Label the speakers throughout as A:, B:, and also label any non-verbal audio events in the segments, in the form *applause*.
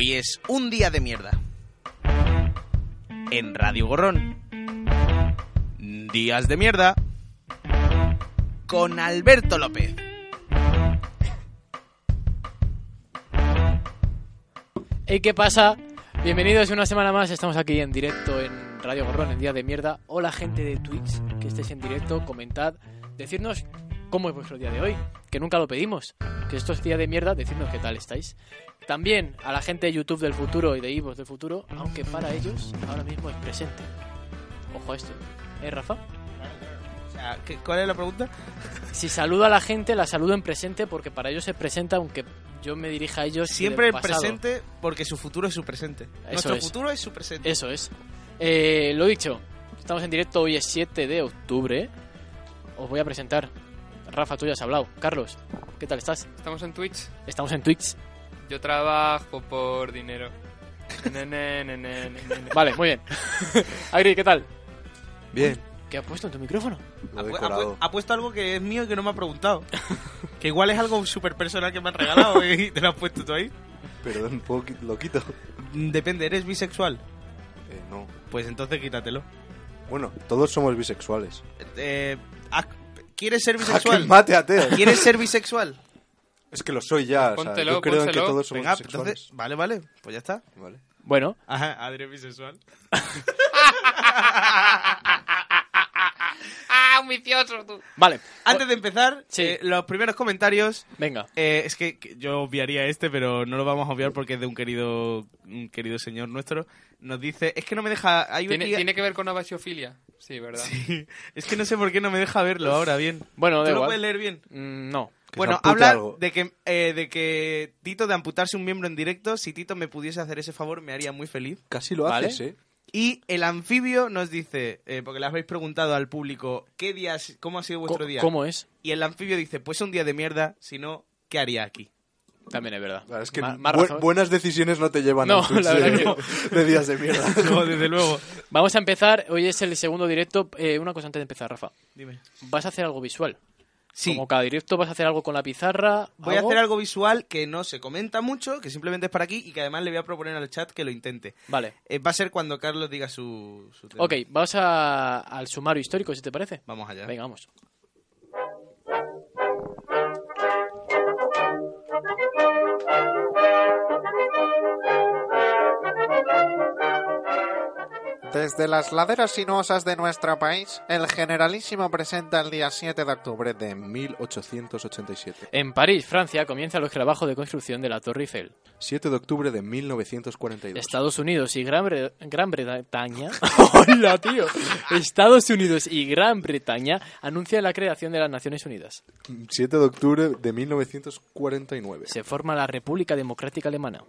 A: es Un día de mierda. En Radio Gorrón. Días de mierda. Con Alberto López.
B: Hey, ¿qué pasa? Bienvenidos una semana más, estamos aquí en directo en Radio Gorrón, en Día de Mierda. Hola gente de Twitch, que estéis en directo, comentad, decirnos cómo es vuestro día de hoy, que nunca lo pedimos, que esto es Día de Mierda, decirnos qué tal estáis. También a la gente de YouTube del futuro y de Ivos del futuro, aunque para ellos ahora mismo es presente. Ojo a esto, ¿eh Rafa?
A: O sea, ¿qué- ¿Cuál es la pregunta?
B: Si saludo a la gente, la saludo en presente porque para ellos es presente, aunque yo me dirija a ellos. del
A: Siempre el
B: pasado.
A: presente porque su futuro es su presente. Nuestro
B: es.
A: futuro es su presente.
B: Eso es. Eh, lo dicho, estamos en directo, hoy es 7 de octubre. Os voy a presentar. Rafa, tú ya has hablado. Carlos, ¿qué tal estás?
C: Estamos en Twitch.
B: Estamos en Twitch.
C: Yo trabajo por dinero. Nene, nene, nene.
B: Vale, muy bien. *laughs* Agri, ¿qué tal?
D: Bien,
B: ¿Qué has puesto en tu micrófono?
D: lo
A: Ha pu- ha
D: he
A: pu-
D: decorado.
A: ha puesto algo que es mío y que no me ha *laughs* preguntado. que igual es algo súper personal que me han regalado *laughs* y te lo has puesto tú ahí.
D: Perdón, ¿puedo qui- lo quito?
A: Mm, Depende, ¿eres bisexual?
D: Eh, no.
A: Pues entonces quítatelo.
D: Bueno, todos somos bisexuales.
A: Eh, ah, ¿Quieres ser
D: ¡Ah, que
A: bisexual?
D: mate ateo!
A: ¿Quieres ser bisexual?
D: Es que lo soy ya. o sea,
C: Póntelo,
D: yo creo en
C: pónselo.
D: que todos somos
A: Venga, pues,
D: bisexuales.
A: entonces, vale, vale, pues ya está. Pues,
D: Vale.
B: Bueno,
A: Ajá, Adri es bisexual.
C: *laughs* ¡Ah, un vicioso tú!
B: vale.
A: Antes de empezar,
B: Sí.
A: eh, los primeros comentarios.
B: Venga.
A: eh, es que que yo obviaría este, pero no lo vamos a obviar porque es de un querido, un querido señor nuestro. Nos dice, es que no me deja. hay un
C: ¿Tiene,
A: día-
C: tiene que ver con abasiofilia. Sí, ¿verdad?
A: *laughs* es que no sé por qué no me deja verlo ahora bien.
B: Bueno,
A: ¿Tú
B: da
A: lo
B: igual.
A: puedes leer bien?
B: Mm, no.
D: Que se
A: Bueno,
D: ampute
A: habla
D: algo.
A: de que, eh, de que Tito de amputarse un miembro en directo. Si Tito me pudiese hacer ese favor, me haría muy feliz.
D: Casi lo
B: Vale.
D: haces, ¿eh?
A: Y el anfibio nos dice, eh, porque le habéis preguntado al público, ¿qué días, cómo ha sido vuestro
B: Co-
A: día?
B: ¿Cómo es?
A: Y el anfibio dice, pues un día de mierda, si no, ¿qué haría
B: *laughs*
A: aquí?
B: También es verdad.
D: La verdad es que
B: Ma- más
D: bu-
B: razón.
D: buenas decisiones no te llevan
B: No,
D: a un Twitch
B: la verdad
D: de, de días de mierda.
A: *laughs* No, desde luego.
B: Vamos a empezar. Hoy es el segundo directo. Eh, una cosa antes de empezar, Rafa.
A: Dime.
B: ¿Vas a hacer algo visual?
A: Sí,
B: Como cada directo vas a hacer algo con la pizarra.
A: voy a hacer algo visual que no se comenta mucho, que simplemente es para aquí y que además le voy a proponer al chat que lo intente.
B: Vale.
A: Eh, va a ser cuando Carlos diga su... su tema.
B: Ok, vamos a- al sumario histórico, si te parece.
A: Vamos allá.
B: Venga, vamos.
E: Desde las laderas sinuosas de nuestro país, el Generalísimo presenta el día 7 de octubre de...
D: 1887.
B: En París, Francia, comienza los trabajos de construcción de la Torre Eiffel.
D: 7 de octubre de 1942.
B: Estados Unidos y Gran, Bre- Gran Bretaña. ¡Hola, tío! Estados Unidos y Gran Bretaña anuncian la creación de las Naciones Unidas.
D: 7 de octubre de 1949.
B: Se forma la República Democrática Alemana.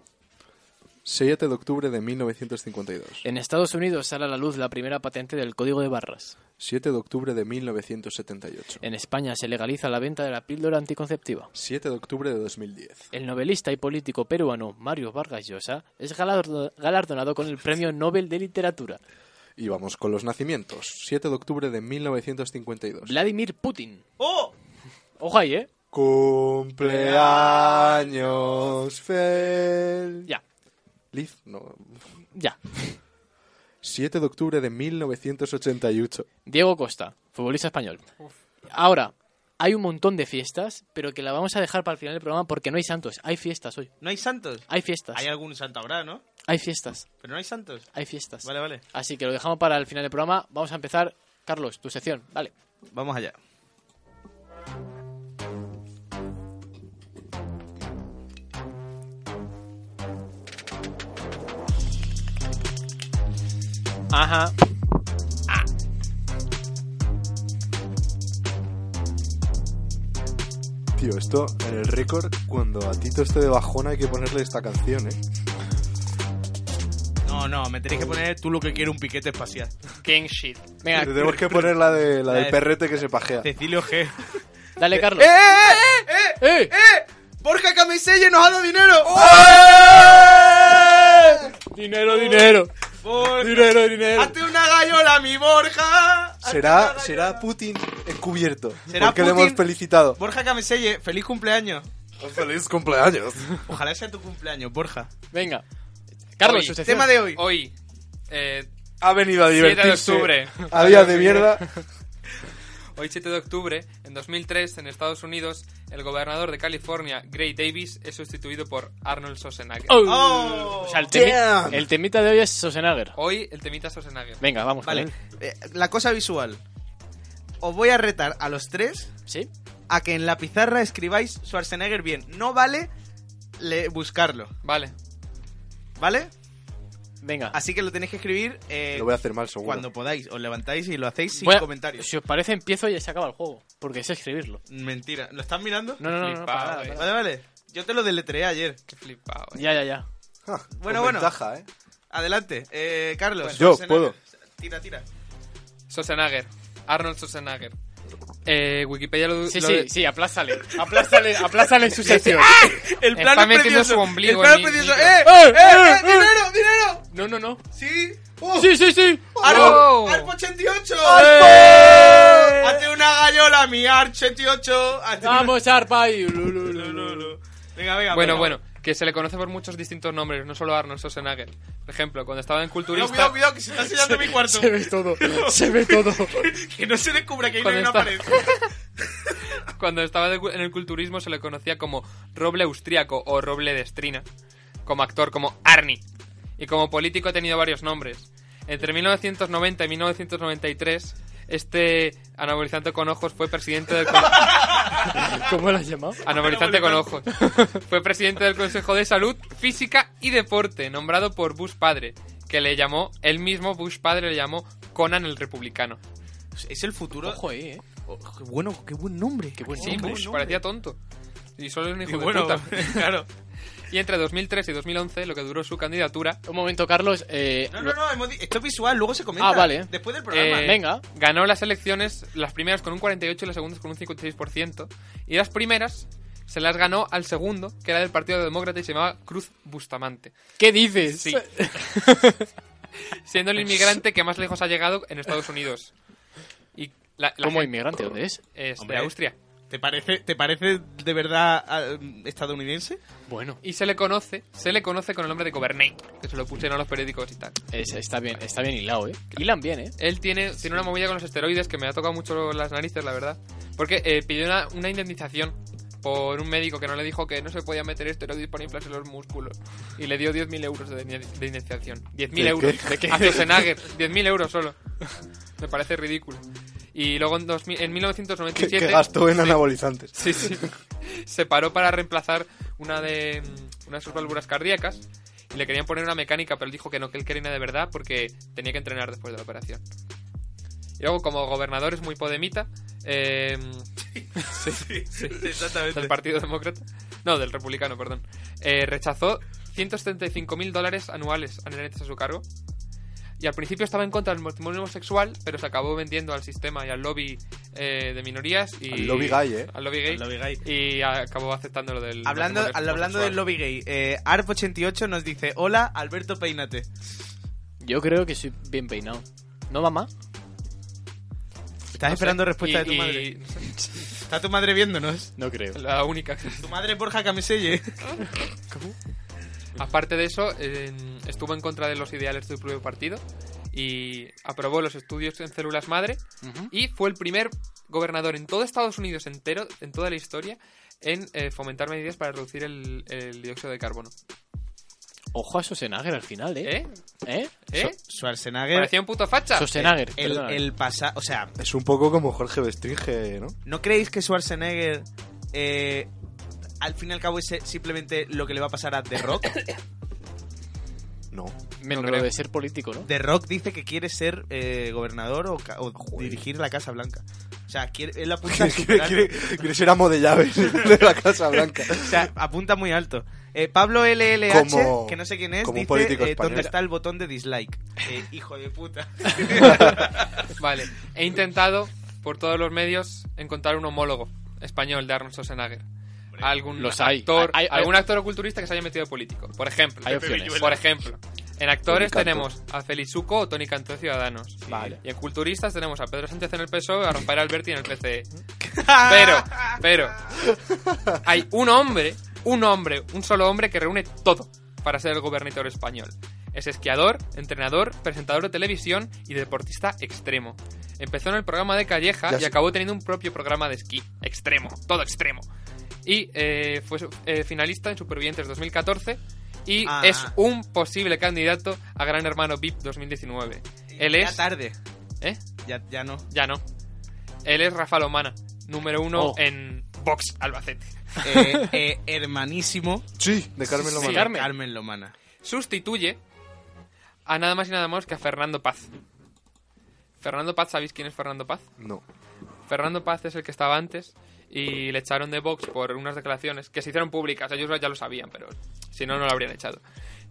D: 7 de octubre de 1952.
B: En Estados Unidos sale a la luz la primera patente del código de barras.
D: 7 de octubre de 1978.
B: En España se legaliza la venta de la píldora anticonceptiva.
D: 7 de octubre de 2010.
B: El novelista y político peruano Mario Vargas Llosa es galardo- galardonado con el Premio Nobel de Literatura.
D: Y vamos con los nacimientos. 7 de octubre de 1952.
B: Vladimir Putin.
A: ¡Oh!
B: Ojo ahí, ¿eh?
D: Cumpleaños feliz.
B: Ya,
D: No.
B: ya.
D: 7 de octubre de 1988.
B: Diego Costa, futbolista español. Ahora, hay un montón de fiestas, pero que la vamos a dejar para el final del programa porque no hay santos. Hay fiestas hoy.
A: ¿No hay santos?
B: Hay fiestas.
A: Hay algún santo ahora, ¿no?
B: Hay fiestas.
A: Pero no hay santos.
B: Hay fiestas.
A: Vale, vale.
B: Así que lo dejamos para el final del programa. Vamos a empezar. Carlos, tu sección. Vale.
A: Vamos allá.
B: Ajá.
D: Tío, esto en el récord, cuando a Tito esté de bajona hay que ponerle esta canción, ¿eh?
A: No, no, me tenéis que poner tú lo que quieres un piquete espacial.
C: King shit.
B: Venga,
D: Tenemos que poner la, de, la
A: La
D: del
A: de-
D: perrete que se pajea.
A: Cecilio G.
B: dale, Carlos.
A: ¡Eh!
B: ¡Eh!
A: ¡Eh! ¡Borja Camiselle nos ha dado dinero! ¡Eh!
B: Dinero, dinero.
A: ¡Borja!
B: Dinero, dinero.
A: ¡Hazte una gallola, mi Borja! Hazte una
D: Será,
A: gallola.
D: será Putin encubierto.
A: Será
D: porque le
A: Putin-
D: hemos felicitado.
A: Borja Camiselle, feliz cumpleaños.
D: ¡Feliz cumpleaños!
A: Ojalá sea tu cumpleaños, Borja.
B: Venga. Carlos,
C: Hoy.
B: su sección.
A: Tema de hoy.
C: Hoy, eh,
D: Ha venido a
C: 7 de
D: divertirse.
C: octubre.
D: A día de mierda.
C: Hoy 7 de octubre, en 2003, en Estados Unidos, el gobernador de California, Gray Davis, es sustituido por Arnold Schwarzenegger.
B: Oh.
A: Oh.
B: O sea, el, temi-
E: Damn.
B: el temita de hoy es Sosenager.
C: Hoy el temita Schwarzenegger.
B: Venga, vamos con
A: Vale.
B: él.
A: Eh, la cosa visual. Os voy a retar a los tres
B: ¿Sí?
A: a que en la pizarra escribáis Schwarzenegger bien. No vale le- buscarlo,
C: Vale.
A: ¿vale?
B: Venga.
A: Así que lo tenéis que escribir eh,
D: Lo voy a hacer mal, seguro.
A: cuando podáis. Os levantáis y lo hacéis sin
B: Voy a-
A: comentarios.
B: Si os parece, empiezo y ya se acaba el juego. Porque sé escribirlo.
A: Mentira. ¿Lo estás mirando?
B: No, no, no, no,
C: Flipado,
B: para nada,
C: eh.
B: para nada.
A: Vale, vale. Yo te lo deletreé ayer.
C: Qué flipado, eh.
B: Ya, ya, ya.
D: Ah,
A: Bueno,
D: con
A: bueno.
D: ventaja, ¿eh?
A: Adelante, eh, Carlos.
D: Yo,
A: Schwarzenegger. Tira, tira.
C: Schwarzenegger. Arnold Schwarzenegger. Eh, Wikipedia lo...
B: Sí,
C: lo-
B: sí, ¡Ah! sí, aplástale. Aplástale, aplástale su sección.
A: El
C: plan Está es metiendo precioso. su ombligo
A: el plan
C: en
A: es
C: mi
A: precioso.
C: micro.
A: ¡Eh!
B: ¡Eh,
A: ¡Eh!
B: eh,
A: eh,
B: eh!
A: ¡Dinero! ¡Dinero!
B: No, no, no.
A: ¡Sí! ¡Oh!
B: Sí, sí, sí.
A: ¡Arpo!
C: ¡Oh!
A: ¡Arpo 88!
B: ¡Eh!
A: ¡Hazte una gallola, mi Arch 88! Hazte una-
B: Vamos, Arpa y...
A: No, no, no. Venga, venga.
C: Bueno,
A: venga.
C: bueno, que se le conoce por muchos distintos nombres, no solo Arnold Schwarzenegger. Por ejemplo, cuando estaba en
A: Cuidado,
C: Culturista...
A: cuidado, cuidado, que se está sellando mi cuarto.
B: Se ve todo, se ve todo.
A: Que no se descubra que ahí no
C: Con
A: hay una
C: esta-
A: pared.
C: Cuando estaba de cu- en el culturismo se le conocía como roble austriaco o roble de estrina, como actor como Arnie, y como político ha tenido varios nombres. Entre 1990 y 1993, este anabolizante con ojos fue presidente
A: *laughs*
C: del con-
B: ¿Cómo lo has llamado?
C: anabolizante con ojos fue presidente del Consejo de Salud Física y Deporte, nombrado por Bush padre, que le llamó él mismo Bush padre le llamó Conan el republicano.
A: *laughs* Es el futuro.
B: Ojo ahí, eh.
A: qué bueno, qué buen nombre.
B: Qué buen
C: Pues Sí,
B: nombre.
C: Bush parecía tonto. Y solo es un hijo
A: Y
C: de
A: bueno,
C: puta.
A: *laughs* claro.
C: Y entre 2003 y 2011, lo que duró su candidatura,
B: Un momento, Carlos. Eh,
A: No, no, no, hemos di- esto es visual, luego se comenta.
B: Ah, vale.
A: Después del programa.
C: Eh,
B: Venga.
C: ganó las elecciones, las primeras con un 48 y las segundas con un 56%. Y las primeras se las ganó al segundo, que era del Partido Demócrata y se llamaba Cruz Bustamante.
B: ¿Qué dices?
C: Sí. *laughs* Siendo el inmigrante que más lejos ha llegado en Estados Unidos. Y la, la
B: ¿Como
C: gente-
B: inmigrante? ¿Dónde es?
C: este,
A: Hombre.
C: Austria.
A: ¿Te parece, ¿Te parece de verdad ah, estadounidense?
B: Bueno.
C: Y se le conoce, se le conoce con el nombre de Governator, que se lo pusieron a los periódicos y tal.
B: Es- está bien, está bien hilado, eh. Hilan bien, eh.
C: Él tiene, tiene una movida con los esteroides que me ha tocado mucho las narices, la verdad. Porque eh, pidió una, una indemnización por un médico que no le dijo que no se podía meter esteroides para inflarse los músculos. Y le dio 10.000 euros de, indem- de indemnización. 10.000
D: ¿De
C: euros.
D: *laughs* qué?
C: A Schwarzenegger. 10.000 euros solo. Me parece ridículo. Y luego en, 2000 en
D: Que,
C: 1997...
D: que gastó en anabolizantes.
C: Sí, sí. *laughs* Se paró para reemplazar una de, mm, una de sus válvulas cardíacas. Y le querían poner una mecánica, pero él dijo que no, que él quería una de verdad porque tenía que entrenar después de la operación. Y luego, como gobernador es muy podemita, eh,
A: Sí, sí, exactamente.
C: del Partido Demócrata, no, del Republicano, perdón, eh, rechazó 175.000 dólares anuales anherentes a su cargo. Y al principio estaba en contra del matrimonio homosexual, pero se acabó vendiendo al sistema y al lobby eh, de minorías. Y
D: Al lobby gay, ¿eh?
C: Al lobby gay.
A: Lobby gay.
C: Y acabó aceptando lo del.
A: Hablando,
C: matrimonio
A: al- hablando del
C: homosexual.
A: lobby gay, eh, ARP88 nos dice: Hola, Alberto Peínate.
B: Yo creo que soy bien peinado. ¿No, mamá?
A: Estás
C: No sé.
A: esperando respuesta
C: Y-
A: de pues, tu
C: y-
A: madre.
C: no sé,
A: Está tu madre viéndonos.
B: No creo.
C: la única.
A: Tu madre es Borja Camiselle.
C: Aparte de eso, eh, estuvo en contra de los ideales del propio partido y aprobó los estudios en células madre y fue el primer gobernador en todo Estados Unidos entero, en toda la historia, en eh, fomentar medidas para reducir el, el dióxido de carbono.
B: Ojo a Sosenager al final, eh.
C: ¿Eh?
B: ¿Eh?
C: ¿Eh?
A: *laughs* Schwarzenegger.
C: Parecía un puto facha.
B: Sosenager.
A: El, el pasa. O sea,
D: Es un poco como Jorge Bestringe, ¿no?
A: ¿no creéis que Schwarzenegger. eh, al fin y al cabo es simplemente lo que le va a pasar a The *coughs* Rock? *laughs*
D: No.
B: Menos
C: no
B: lo
C: creo.
B: de ser político, ¿no?
A: The Rock dice que quiere ser eh, gobernador o, ca- o dirigir la Casa Blanca. O sea, quiere, él *laughs* apunta a
D: Quiere, quiere-
A: superar-
D: quiere- quiere ser amo de llaves *laughs* de la Casa Blanca.
A: O sea, apunta muy alto. Eh, Pablo LLH,
D: Como-
A: que no sé quién es,
D: como un
A: dice
D: político
A: eh,
D: español.
A: dónde está el botón de dislike. Eh, hijo de puta.
C: Vale, he intentado por todos los medios encontrar un homólogo español de Arnold Schwarzenegger. Algún
B: los hay.
C: actor,
B: Hay- hay-
C: algún actor o culturista que se haya metido de político, por ejemplo.
B: Hay opciones.
C: Por ejemplo, en actores
D: Tony Cantó.
C: tenemos a Felizuco o Tony Cantó de Ciudadanos.
B: Vale.
C: Y en culturistas tenemos a Pedro Sánchez en el PSOE, a Rafael Alberti en
B: *laughs*
C: el PCE. Pero, pero, hay un hombre, un hombre, un solo hombre que reúne todo para ser el gobernador español. Es esquiador, entrenador, presentador de televisión y deportista extremo. Empezó en el programa de Calleja
D: Ya
C: y
D: sé.
C: acabó teniendo un propio programa de esquí. Extremo, todo extremo. Y eh, fue eh, finalista en Supervivientes 2014 y
A: Ah.
C: es un posible candidato a Gran Hermano VIP 2019. *laughs* Él
A: ya
C: es...
A: tarde.
C: ¿Eh?
A: Ya, ya
C: *laughs*
A: no.
C: Ya no. Él es Rafa Lomana, número uno
B: Oh.
C: en Vox Albacete.
A: Eh, eh, hermanísimo
D: Sí, de Carmen Lomana.
A: de
B: Carmen.
A: Carmen Lomana.
C: Sustituye a nada más y nada menos que a Fernando Paz. Fernando Paz, ¿sabéis quién es Fernando Paz?
D: No.
C: Fernando Paz es el que estaba antes y le echaron de Vox por unas declaraciones que se hicieron públicas. Ellos ya lo sabían, pero si no, no lo habrían echado.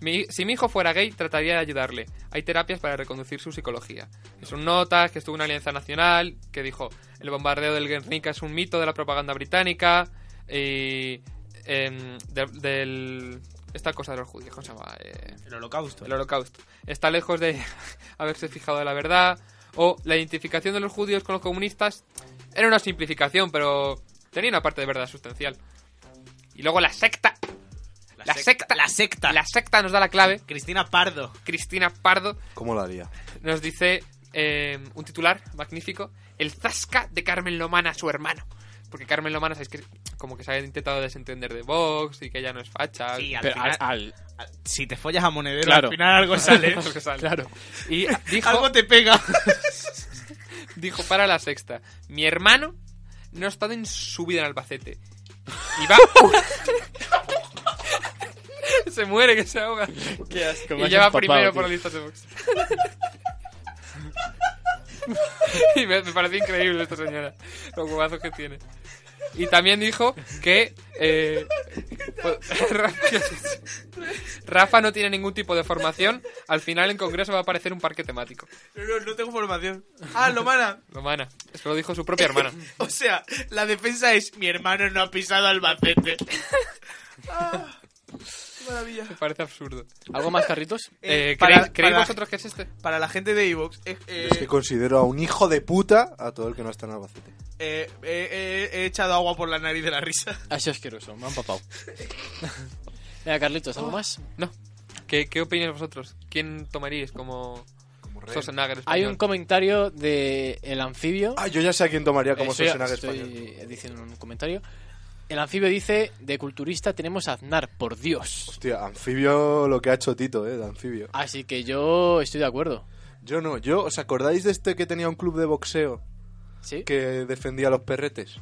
C: Mi- si mi hijo fuera gay, trataría de ayudarle. Hay terapias para reconducir su psicología. Son notas que estuvo en una Alianza Nacional, que dijo, el bombardeo del Guernica es un mito de la propaganda británica y... em, de- del... Esta cosa de los judíos, ¿cómo se llama? Eh,
A: El holocausto.
C: el holocausto. Está lejos de *laughs* haberse fijado en la verdad. O la identificación de los judíos con los comunistas era una simplificación, pero tenía una parte de verdad sustancial. Y luego la secta. la secta.
A: La secta.
C: La secta nos da la clave.
A: Cristina Pardo.
C: Cristina Pardo
D: ¿Cómo lo haría?
C: nos dice eh, un titular magnífico. El zasca de Carmen Lomana, su hermano. Porque Carmen Lomana, sabéis que como que se ha intentado desentender de Vox y que ella no es facha. *laughs*
A: Sí, al
B: Pero
A: final,
B: al- al-
A: al- si te follas a Monedero,
B: Claro.
A: al final algo
C: *laughs*
A: sale. *laughs*
C: Lo que sale.
B: claro.
C: Y dijo,
A: algo te
C: *laughs*
A: pega.
C: dijo para la sexta, mi hermano no ha estado en su vida en Albacete. Y va... *laughs* se muere, que se ahoga.
B: Qué asco.
C: Y lleva primero por la lista de box. *laughs* y me, me parece increíble esta señora, los huevazos que tiene. Y también dijo que eh, *laughs* pues, Rafa, Rafa no tiene ningún tipo de formación. Al final en Congreso va a aparecer un parque temático.
A: No, no, no tengo formación. Ah, Lomana.
C: Lo mana. Eso lo dijo su propia hermana.
A: O sea, la defensa es mi hermano no ha pisado
C: *laughs*
A: Albacete. Ah, maravilla.
C: Me parece absurdo.
B: ¿Algo más, carritos?
A: Eh,
C: Eh,
A: para-
C: ¿creéis, creéis
A: para-
C: vosotros que es este?
A: Para la gente de Evox, eh, eh,
D: Es que considero a un hijo de puta a todo el que no está en Albacete.
A: eh, eh, eh, he echado agua por la nariz de la risa.
B: Así asqueroso, me han papado. *laughs* Venga, Carlitos, ¿algo más?
C: No. ¿Qué, qué opináis vosotros? ¿Quién tomaríais como Schwarzenegger
B: Hay un
C: español?
B: comentario de el anfibio.
D: Ah, yo ya sé a quién tomaría
A: Eh,
D: como
B: Estoy-
D: Schwarzenegger
B: estoy
D: español.
B: diciendo un comentario. El anfibio dice, de culturista tenemos a Aznar, por Dios.
D: Hostia, anfibio lo que ha hecho Tito, eh, de anfibio.
B: Así que yo estoy de acuerdo.
D: Yo no, yo, ¿os acordáis de este que tenía un club de boxeo
B: ¿Sí?
D: que defendía a los perretes?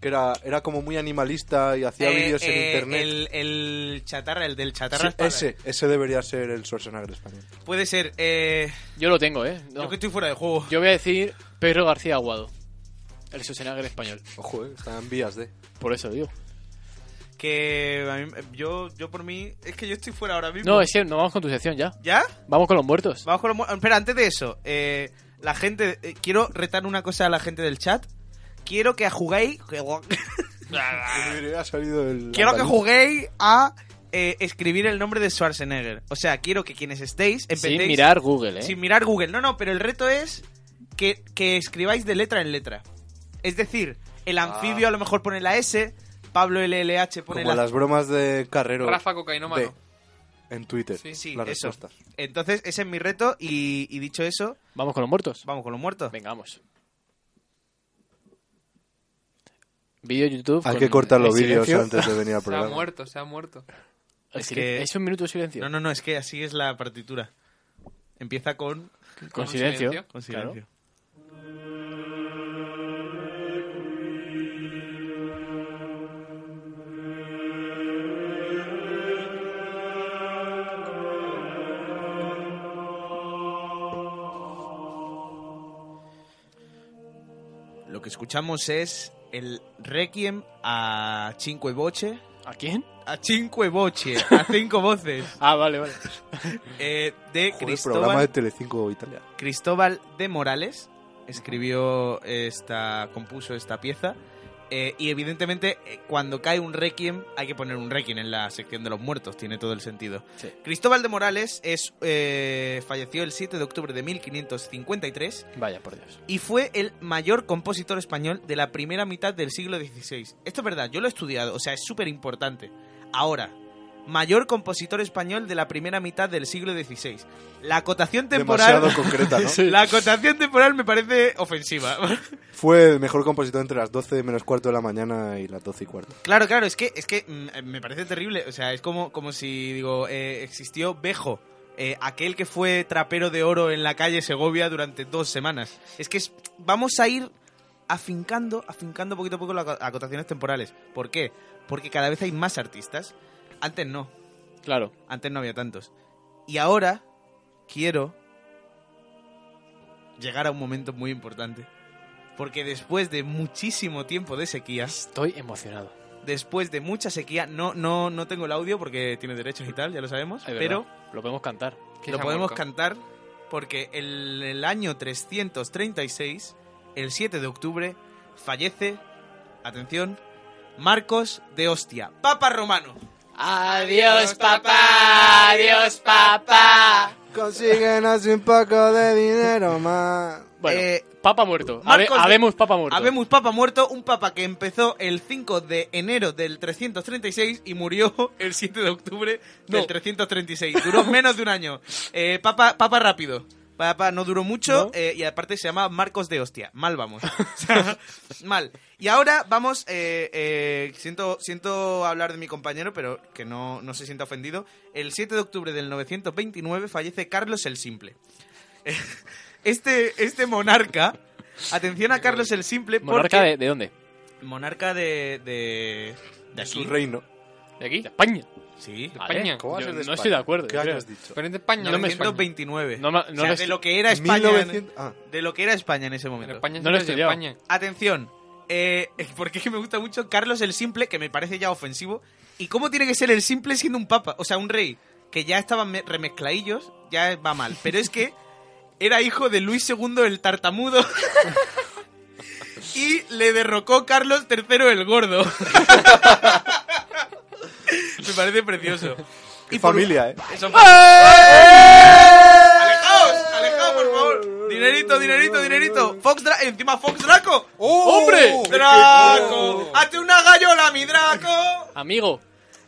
D: Que era, era como muy animalista y *laughs* hacía
A: Eh,
D: vídeos en
A: eh,
D: internet.
A: El, el chatarra, el del
D: Sí,
A: chatarra. espada.
D: ese, ese debería ser el Schwarzenegger español.
A: Puede ser. Eh,
B: Yo lo tengo, ¿eh? No.
A: Yo que estoy fuera de juego.
B: Yo voy a decir Pedro García Aguado. El Schwarzenegger español.
D: Ojo, eh, está en vías de.
B: Por eso lo digo.
A: Que a mí- yo, yo por mí. Es que yo estoy fuera ahora mismo.
B: No, es que no vamos con tu sección ya.
A: ¿Ya?
B: Vamos con los muertos.
A: Vamos con los mu- Espera, antes de eso, eh, la gente. eh, quiero retar una cosa a la gente del chat. Quiero que juguéis. *laughs*
D: Ha salido el
A: Ah. quiero que
D: andaluz.
A: juguéis a eh, escribir el nombre de Schwarzenegger. O sea, quiero que quienes estéis empecéis.
B: Sin mirar Google, ¿eh?
A: sin mirar Google. No, no, pero el reto es que, que escribáis de letra en letra. Es decir, el anfibio a lo mejor pone la S, Pablo LLH pone
D: Ah. Como
A: la
D: las bromas de Carrero.
C: Rafa Cocainómano.
D: B, En Twitter.
C: Sí,
A: sí,
D: las
A: eso.
D: respuestas.
A: Entonces, ese es mi reto y, y dicho eso,
B: Vamos con los muertos.
A: vamos con los muertos.
B: Venga, vamos. Vídeo YouTube.
D: Hay
B: con
D: que cortar los
B: el
D: vídeos
B: silencio.
D: antes de
A: *laughs*
D: venir al
C: Se ha
D: programa.
C: muerto, se ha muerto.
B: El
A: Es
B: silencio.
A: que-
B: Es un minuto de silencio.
A: No, no, no, es que así es la partitura. Empieza con,
B: Con silencio.
C: silencio.
A: con
B: claro.
A: silencio. Lo que escuchamos es el Requiem a Cinque Voce.
B: ¿A quién?
A: A Cinque Voce, a cinco voces.
B: Ah, vale, vale.
A: eh, de
D: Joder, programa de
A: Cristóbal,
D: Telecinco Italia.
A: Cristóbal de Morales escribió esta, compuso esta pieza. eh, y evidentemente, eh, cuando cae un requiem, hay que poner un requiem en la sección de los muertos, tiene todo el sentido.
B: Sí.
A: Cristóbal de Morales es, eh, falleció el 7 de octubre de 1553
B: Vaya, por Dios.
A: y fue el mayor compositor español de la primera mitad del siglo XVI. Esto es verdad, yo lo he estudiado, o sea, es súper importante. Ahora, mayor compositor español de la primera mitad del siglo XVI. La acotación temporal...
D: Demasiado concreta,
A: *laughs*
D: ¿no?
A: La acotación temporal me parece ofensiva.
D: Fue el mejor compositor entre las 12 menos cuarto de la mañana y las 12 y cuarto.
A: *laughs* Claro, claro, es que, es que mm, me parece terrible. O sea, es como, como si, digo, eh, existió Bejo, eh, aquel que fue trapero de oro en la calle Segovia durante dos semanas. Es que es- vamos a ir afincando, afincando poquito a poco las acotaciones temporales. ¿Por qué? Porque cada vez hay más artistas. Antes no,
B: Claro.
A: antes no había tantos. Y ahora quiero llegar a un momento muy importante. Porque después de muchísimo tiempo de sequía,
B: Estoy emocionado.
A: después de mucha sequía. No, no, no tengo el audio porque tiene derechos y tal, ya lo sabemos.
B: Es
A: pero
B: verdad. Lo podemos cantar.
C: Que
A: lo
C: se ha
A: podemos
C: muerto.
A: cantar porque el, el año 336, el 7 de octubre, fallece, atención, Marcos de Ostia, Papa Romano.
B: Adiós, papá. Adiós, papá.
D: Consíguenos un poco de dinero más.
B: Bueno,
A: Eh,
B: papa muerto. Habe-
A: Marcos de-
B: Habemos papa muerto.
A: Habemos Papa muerto, un Papa que empezó el 5 de enero del 336 y murió *laughs* el 7 de octubre del
B: No.
A: 336.
B: *laughs*
A: Duró menos de un año. Eh, papa, papa rápido. Papa no duró mucho eh, y aparte se llama Marcos de Hostia. Mal
B: *laughs*
A: vamos. *laughs* O sea, mal. Y ahora vamos, eh, eh, siento, siento hablar de mi compañero, pero que no, no se sienta ofendido. El 7 de octubre del 929 fallece Carlos el Simple. Este, este monarca, atención a Carlos el Simple, porque-
B: ¿Monarca de, de dónde?
A: monarca de, de, de
D: Su
A: aquí.
D: reino.
C: ¿De aquí?
B: De España.
A: Sí.
C: Vale. España.
D: ¿Cómo va a
B: Yo
D: ser
B: no
D: España?
B: estoy de acuerdo,
D: ¿Qué
B: yo
D: año
B: creo.
D: has dicho?
C: Pero es de España,
B: No me
C: es de España.
A: 929.
B: No ma- no
A: o sea,
B: lo
A: de
B: es-
A: lo que era España.
D: 1900 Ah,
A: De lo que era España en ese
C: En
A: momento.
C: España
B: No
C: sí
B: lo he
C: es de
B: estudiado.
C: España.
A: Atención. Eh, *laughs* porque es que me gusta mucho Carlos el Simple, que me parece ya ofensivo. ¿Y cómo tiene que ser el Simple siendo un papa? O sea, un rey. Que ya estaban me- remezclaillos, ya va mal. Pero es que era hijo de Luis II el tartamudo. *laughs* y le derrocó Carlos III el gordo. *laughs* me parece precioso.
D: qué
A: por-
D: familia, ¿eh?
A: Eso fue- ¡Alejaos! ¡Alejaos, por favor! ¡Dinerito, dinerito, dinerito! ¡Fox Draco! ¡Encima Fox Draco! ¡Uh!
B: ¡Hombre!
A: ¡Draco! ¡Hazte una gallola, mi Draco!
B: Amigo,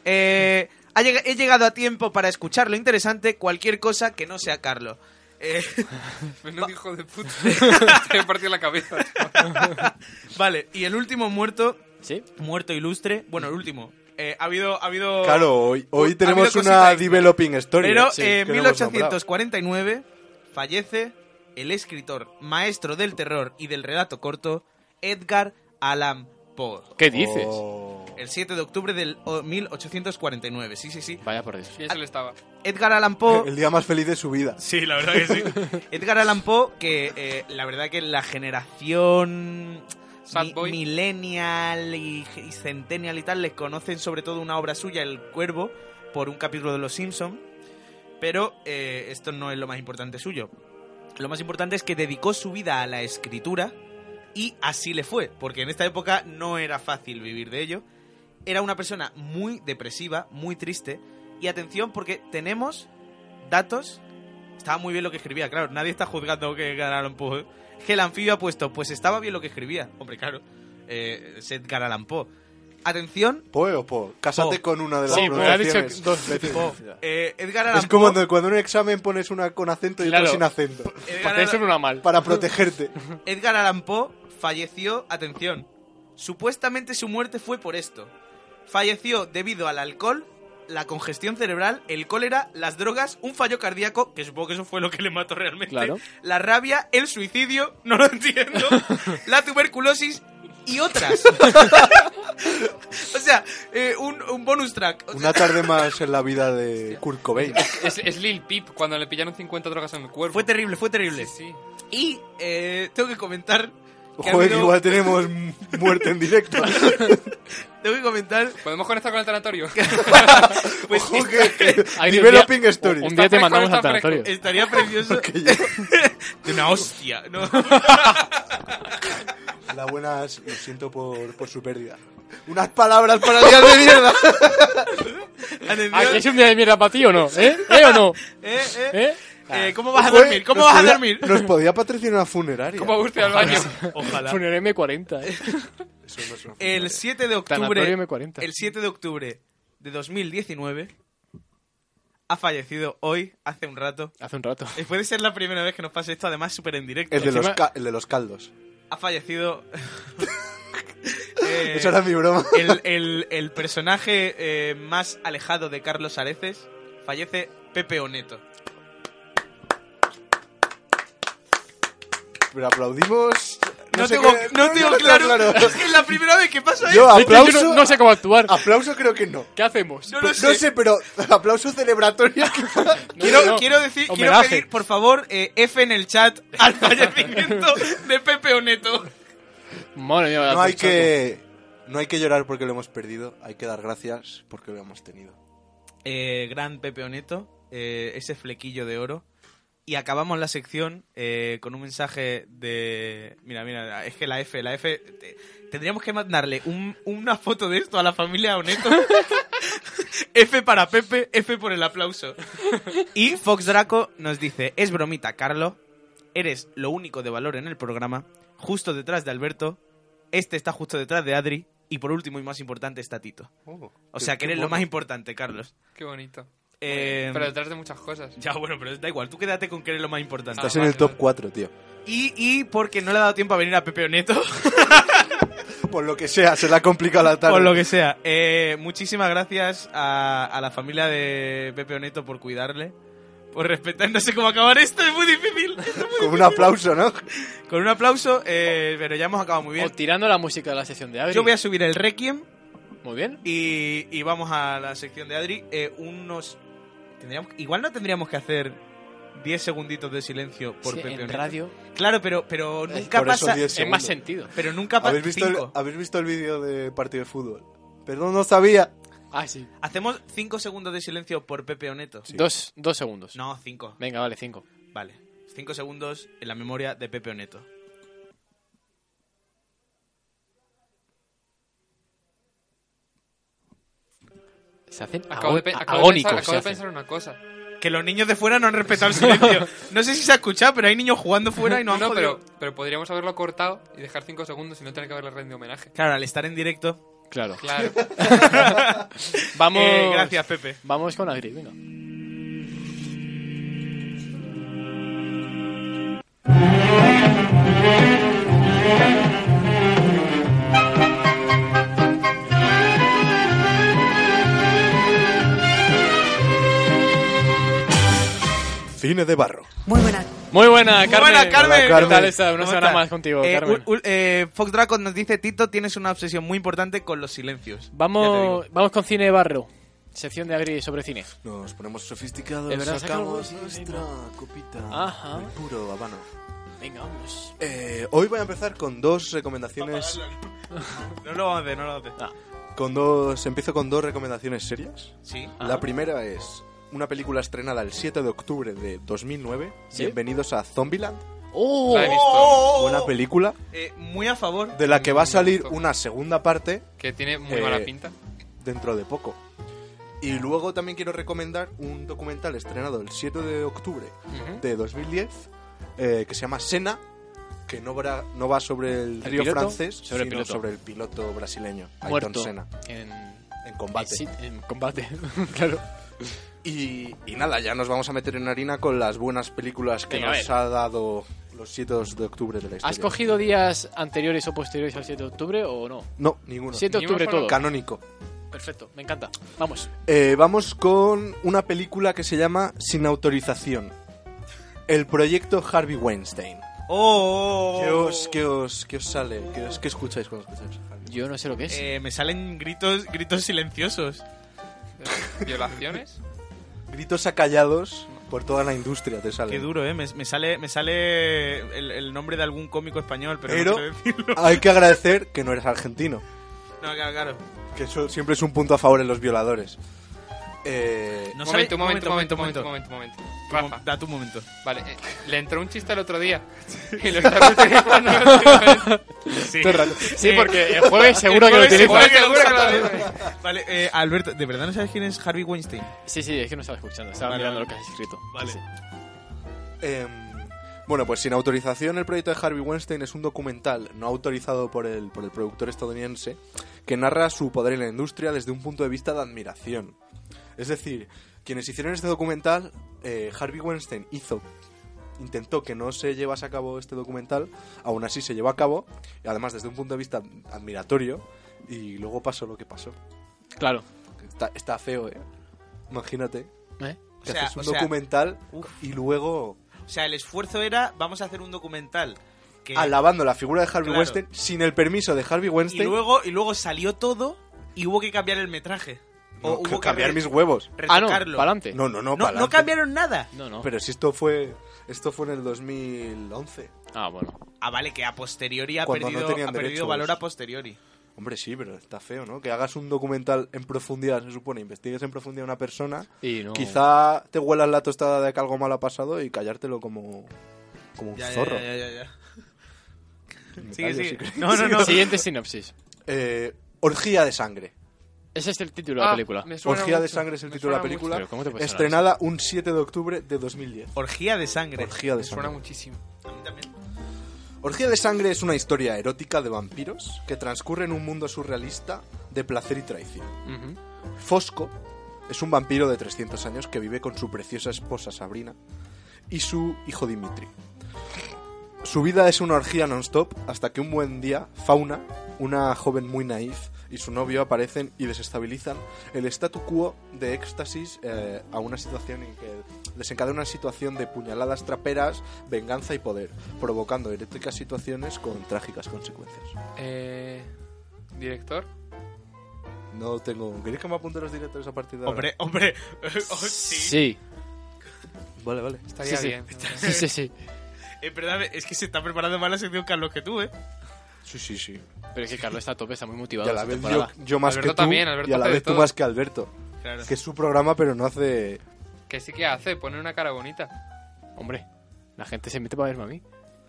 A: Eh, ha lleg- he llegado a tiempo para escuchar lo interesante, cualquier cosa que no sea Carlos. Eh,
C: *laughs*
A: *laughs*
C: Menudo hijo de puta. *laughs* Te he partido la cabeza. Pues
A: vale, y el último muerto,
B: ¿sí?
A: muerto ilustre, bueno, el último. Eh, ha habido, ha habido...
D: Claro, hoy, hoy
A: Ha
D: tenemos
A: habido
D: una
A: cositas.
D: developing story.
A: Pero
D: sí,
A: en
B: eh,
D: que no hemos nombrado.
A: 1849 fallece el escritor, maestro del terror y del relato corto, Edgar Allan Poe.
B: ¿Qué dices?
D: Oh.
A: El 7 de octubre del o- 1849, sí, sí, sí.
B: Vaya por Dios.
D: Eh,
C: Y eso le estaba.
A: Edgar Allan Poe...
D: *laughs* Oh. El día más feliz de su vida.
A: Sí, la verdad que sí. *laughs* Edgar Allan Poe, que eh, la verdad que la generación
C: Sad boy.
A: millennial y, y centennial y tal les conocen sobre todo una obra suya, El Cuervo, por un capítulo de Los Simpson. Pero eh, esto no es lo más importante suyo. Lo más importante es que dedicó su vida a la escritura y así le fue, porque en esta época no era fácil vivir de ello. Era una persona muy depresiva, muy triste. Y atención, porque tenemos datos. Estaba muy bien lo que escribía, claro. Nadie está juzgando que ganaron Poe. Que el anfibio ha puesto, pues estaba bien lo que escribía. Hombre, claro. Eh, es Edgar Allan Poe. Atención,
D: Poe o Po. Cásate
A: Po.
D: con una de las
B: Oh. Sí, me ha dicho
D: pronunciaciones.
B: dos veces.
A: eh, Edgar Allan
D: Es como
A: Poe.
D: cuando, cuando en un examen pones una con acento y
B: Claro.
D: otra sin acento.
A: Edgar
B: Porque eso
A: Allan-
B: no era mal.
D: Para protegerte.
A: Edgar Allan Poe falleció, atención, supuestamente su muerte fue por esto. Falleció debido al alcohol, la congestión cerebral, el cólera, las drogas, un fallo cardíaco, que supongo que eso fue lo que le mató realmente,
B: Claro.
A: la rabia, el suicidio, *laughs* no lo entiendo, la tuberculosis y otras. o sea, eh, un, un bonus track. O sea,
D: Una tarde más en la vida de Kurt Cobain.
C: Es, es Lil Peep cuando le pillaron 50 drogas en el cuerpo.
A: fue terrible, fue terrible.
C: Sí, sí.
A: Y eh, tengo que comentar... que ha
D: Joder,
A: habido-
D: igual tenemos m- muerte
B: *laughs*
D: en directo.
A: Tengo que comentar...
C: ¿Podemos conectar con
A: *laughs*
C: el tanatorio?
A: Pues,
D: Ojo que-
B: Ahí
D: Developing
B: un día-
D: story.
B: Un día te
C: Está
B: mandamos
C: fresco,
B: al
C: está
B: tanatorio.
C: fresco.
A: Estaría precioso. *laughs* De una hostia, ¿no?
D: La buenas, lo siento por, por su pérdida. Unas palabras para el
B: *laughs*
D: día de mierda.
B: ¿Aquí es
A: Atención.
B: un día de mierda para ti o no? ¿Eh? ¿Eh o no?
A: Eh, eh.
C: *laughs*
B: ¿Eh?
A: Eh, ¿Cómo vas a
D: Joder,
A: dormir? ¿Cómo
D: nos
A: vas a
D: podía-
A: dormir?
D: Nos podía patrocinar una funeraria.
C: ¿Cómo guste al baño?
A: Ojalá.
B: Funeral M40, ¿eh?
D: Eso no es una funeraria.
A: El 7 de
B: Tanatorio
A: octubre.
B: M40.
A: El 7 de octubre de 2019 ha fallecido hoy, hace un rato.
B: Hace un rato.
A: Eh, Puede ser la primera vez que nos pasa esto, además súper en directo.
D: El de, los
B: Encima-
D: ca- el de los caldos.
A: Ha fallecido... Eh,
D: Eso era mi broma. *laughs*
A: el, el- el personaje eh, más alejado de Carlos Areces fallece Pepe Oneto.
D: Pero aplaudimos.
A: No,
D: sé
A: tengo,
D: qué-
A: no tengo
D: lo
A: claro. *laughs* Es que es la primera vez que pasa esto.
D: Yo
B: De hecho, yo
D: aplauso.
B: no, no sé cómo actuar.
D: Aplauso creo que no.
B: ¿Qué hacemos?
A: No
D: No
A: lo
D: sé, pero *laughs* aplauso celebratorio quizá.
B: No,
A: Quiero,
B: no, no.
A: quiero decir, quiero
B: Homenaje.
A: pedir, por favor, eh, F en el chat al fallecimiento de Pepe Oneto.
B: Madre mía, me la
D: No hay
B: estoy
D: que. No hay que llorar porque lo hemos perdido, hay que dar gracias porque lo hemos tenido.
A: Eh, gran Pepe Oneto, eh, ese flequillo de oro. Y acabamos la sección eh, con un mensaje de... Mira, mira, es que la F, la F... te- tendríamos que mandarle un- una foto de esto a la familia Oneto. *laughs* F para Pepe, F por el aplauso. Y Fox Draco nos dice, es bromita, Carlo. Eres lo único de valor en el programa. Justo detrás de Alberto. Este está justo detrás de Adri. Y por último y más importante está Tito.
D: Oh.
A: O sea, que eres lo más importante, Carlos.
C: Qué bonito.
A: Eh,
C: Pero detrás de muchas cosas.
A: Ya, bueno, pero da igual. Tú quédate con que eres lo más importante.
D: Estás
C: Ah,
D: en
C: vale,
D: el top
C: vale.
D: 4, tío.
A: Y, y porque no le ha dado tiempo a venir a Pepe Oneto, *laughs*
D: Por lo que sea, se la ha complicado la tarde.
A: por lo que sea. Eh, muchísimas gracias a, a la familia de Pepe Oneto por cuidarle, por respetar. No sé cómo acabar esto, es muy
B: *laughs*
A: difícil.
D: Con un aplauso, ¿no?
A: Con un aplauso, eh, pero ya hemos acabado muy
B: saltando.
A: bien.
B: O tirando la música de la sección de Adri.
A: Yo voy a subir el Requiem
B: Muy bien.
A: y, y vamos a la sección de Adri. Eh, unos. Tendríamos, igual no tendríamos que hacer 10 segunditos de silencio por
B: Sí,
A: Pepe
B: en
A: Oneto.
B: radio
A: Claro, pero, pero
B: Es
A: nunca
D: por esos
A: pasa.
D: 10
B: es más
D: segundos.
B: sentido.
A: Pero nunca pasa.
D: ¿Habéis visto, el, ¿Habéis visto el vídeo de partido de fútbol? Perdón, no sabía.
B: Ah, sí.
A: Hacemos 5 segundos de silencio por Pepe Oneto.
B: Dos, dos segundos.
A: No, 5.
B: Venga, vale, cinco.
A: Vale. 5 segundos en la memoria de Pepe Oneto.
B: Se hacen
C: Acabo, de,
B: agon-
C: pe- acabo de
B: agónicos.
C: pensar, acabo
B: se
C: de
B: hacen.
C: pensar una cosa.
A: Que los niños de fuera no han respetado el silencio. No sé si se ha escuchado, pero hay niños jugando fuera y no
C: *laughs* No,
A: han
C: no,
A: jodido.
C: pero, pero podríamos haberlo cortado y dejar 5 segundos y no tener que haberle rendido
A: *laughs*
C: homenaje.
A: Claro, al estar en directo.
B: Claro.
C: Claro.
B: Vamos.
A: Eh, gracias, Pepe.
B: Vamos con Agri, venga.
D: Cine de barro.
F: Muy buena.
B: Muy buena, Carmen.
A: buena, Carmen.
D: Hola, Carmen.
B: ¿Qué tal está? Una
A: ¿Cómo
B: semana
A: estás?
B: más contigo,
A: Eh, ul-
B: Carmen.
A: ul- eh, Fox Draco nos dice: Tito, tienes una obsesión muy importante con los silencios. Ya te digo.
B: Vamos, vamos con cine de barro. Sección de Agri sobre cine.
D: Nos ponemos sofisticados,
B: De verdad, saca algo de
D: sacamos
B: cine,
D: nuestra copita.
B: Ajá.
D: de Puro habano.
B: Venga, vamos.
D: Eh, hoy voy a empezar con dos recomendaciones.
A: No lo vamos a hacer, no lo vamos a hacer.
D: Con dos. Empiezo con dos recomendaciones serias.
A: Sí.
B: Ah.
D: La primera es una película estrenada el 7 de octubre de 2009.
B: ¿Sí?
D: Bienvenidos a Zombieland.
B: ¡Oh!
C: La he visto.
D: Buena película
A: Eh, muy a favor.
D: de la que va a salir
C: Perfecto.
D: una segunda parte
C: Que tiene muy
D: Eh,
C: mala pinta. *laughs*
D: dentro de poco. Y luego también quiero recomendar un documental estrenado el 7 de octubre
C: Ujú.
D: de 2010 eh, que se llama Sena, que no va, no va sobre
B: ¿El
D: el, río
B: piloto?
D: francés,
B: Sobre el
D: sino
B: piloto.
D: sobre el piloto brasileño, Ayrton
B: Muerto.
D: Senna,
B: En,
D: en combate.
B: en sit- en combate. *laughs* claro.
D: Y, y nada, ya nos vamos a meter en harina con las buenas películas que
B: Venga, a
D: nos
B: ver.
D: ha dado los 7 de octubre de la historia.
B: ¿Has cogido días anteriores o posteriores al 7 de octubre o no?
D: No, ninguno.
B: 7 de
C: Ni hemos
B: octubre todo.
D: Canónico.
B: Perfecto, me encanta. Vamos.
D: Eh, vamos con una película que se llama Sin autorización. El proyecto Harvey Weinstein.
A: Oh,
D: ¿Qué os, qué os, qué os sale? ¿Qué, os- qué escucháis cuando escucháis?
B: Yo no sé lo que es.
A: Eh, me salen gritos, gritos silenciosos.
C: ¿Violaciones?
D: Gritos acallados por toda la industria te sale.
A: Qué duro, ¿eh? Me, me sale, me sale el, el nombre de algún cómico español, pero,
D: Pero-
A: no quiero decirlo.
D: Hay que agradecer que no eres argentino.
A: *laughs* No, claro, claro.
D: Que eso siempre es un punto a favor en los violadores. Eh,
A: No sabe-
C: momento, un momento, un momento, un momento, un momento, un momento.
A: Tu mo-
C: Rafa,
A: Da tu
D: *laughs*
A: momento.
C: vale. eh, le entró un chiste el otro día y lo está *laughs* utilizando. últimamente.
A: Sí, Eh,
B: Sí, porque Eh, el jueves seguro
A: *laughs* El
B: que lo
A: jueves seguro
B: utilizo.
A: que lo
C: Seguro que
A: usa
C: lo
A: también. Vale, eh, Alberto, ¿de verdad no sabes quién es Harvey Weinstein?
B: Sí, sí, es que no estaba escuchando, estaba
A: Vale,
B: mirando
A: vale.
B: lo que has escrito.
A: Vale.
B: Sí.
D: Em, bueno, pues sin autorización, el proyecto de Harvey Weinstein es un documental no autorizado por el, por el productor estadounidense que narra su poder en la industria desde un punto de vista de admiración. Es decir, Quienes hicieron este documental, eh, Harvey Weinstein hizo, intentó que no se llevase a cabo este documental, aún así se llevó a cabo, y además desde un punto de vista admiratorio, y luego pasó lo que pasó.
B: Claro.
D: Está, está feo, ¿eh? Imagínate
B: ¿Eh?
D: que
A: O sea,
D: haces un
A: o sea,
D: documental y luego
A: O sea, el esfuerzo era, vamos a hacer un documental. Que...
D: alabando la figura de Harvey
A: Claro.
D: Weinstein sin el permiso de Harvey
A: y,
D: Weinstein.
A: luego, y luego salió todo y hubo que cambiar el metraje. O
D: No,
A: hubo
D: ca-
A: que
D: cambiar
A: re-
D: mis huevos.
B: Ah, no,
A: retocarlo.
B: para adelante.
D: No, no, no,
A: No,
D: pa'lante.
A: no cambiaron nada.
B: no. no.
D: Pero si esto fue esto fue en el 2011.
B: Ah, bueno.
A: Ah, vale, que a posteriori ha
D: Cuando no
A: perdido,
D: tenían
A: ha perdido
D: derechos.
A: valor a posteriori.
D: Hombre, sí, pero está feo, ¿no? Que hagas un documental en profundidad, se supone, investigues en profundidad a una persona,
B: Y no.
D: quizá te huelas la tostada de que algo mal ha pasado y callártelo como, como un
A: Ya, ya,
D: zorro.
A: ya, ya, ya.
D: Me
A: Sigue,
D: callo,
A: sigue.
D: sí.
A: No, no, no.
B: Siguiente sinopsis.
D: Eh, Orgía de sangre.
B: Ese es el título de la
C: Ah,
B: película.
C: me suena
D: Orgía de
C: mucho,
D: sangre es el
C: me
D: título de la
C: suena mucho.
D: película,
B: Pero ¿cómo te puede sonar
D: estrenada un 7 de octubre de 2010.
A: Orgía de sangre.
D: Orgía de
C: Me suena
D: sangre.
C: muchísimo.
A: A mí también.
D: Orgía de Sangre es una historia erótica de vampiros que transcurre en un mundo surrealista de placer y traición.
B: Ujú.
D: Fosco es un vampiro de 300 años que vive con su preciosa esposa Sabrina y su hijo Dimitri. Su vida es una orgía non-stop hasta que un buen día, Fauna, una joven muy naif, y su novio aparecen y desestabilizan el statu quo de éxtasis eh, a una situación en que desencadena una situación de puñaladas traperas, venganza y poder, provocando eréticas situaciones con trágicas consecuencias.
C: Eh, Director.
D: No tengo... ¿Queréis que me apunte los directores a partir de ahora?
A: Hombre, hombre. *laughs* Oh, sí.
B: Sí.
D: Vale, vale.
C: Estaría
B: Sí, sí.
C: bien.
B: Sí, sí, sí.
A: Eh, perdón, es que se está preparando más la sección Carlos que tú, ¿eh?
D: Sí, sí, sí.
B: Pero es que Carlos está a tope, está muy motivado.
D: Y a la
B: esta
D: vez yo,
B: temporada.
D: yo más
C: Alberto
D: que tú
C: también, Alberto
D: y a la
C: hace de
D: vez tú
C: todo.
D: más que Alberto.
A: Claro.
D: Que es su programa, pero no hace...
C: Que sí que hace, pone una cara bonita.
B: Hombre, la gente se mete para verme a mí.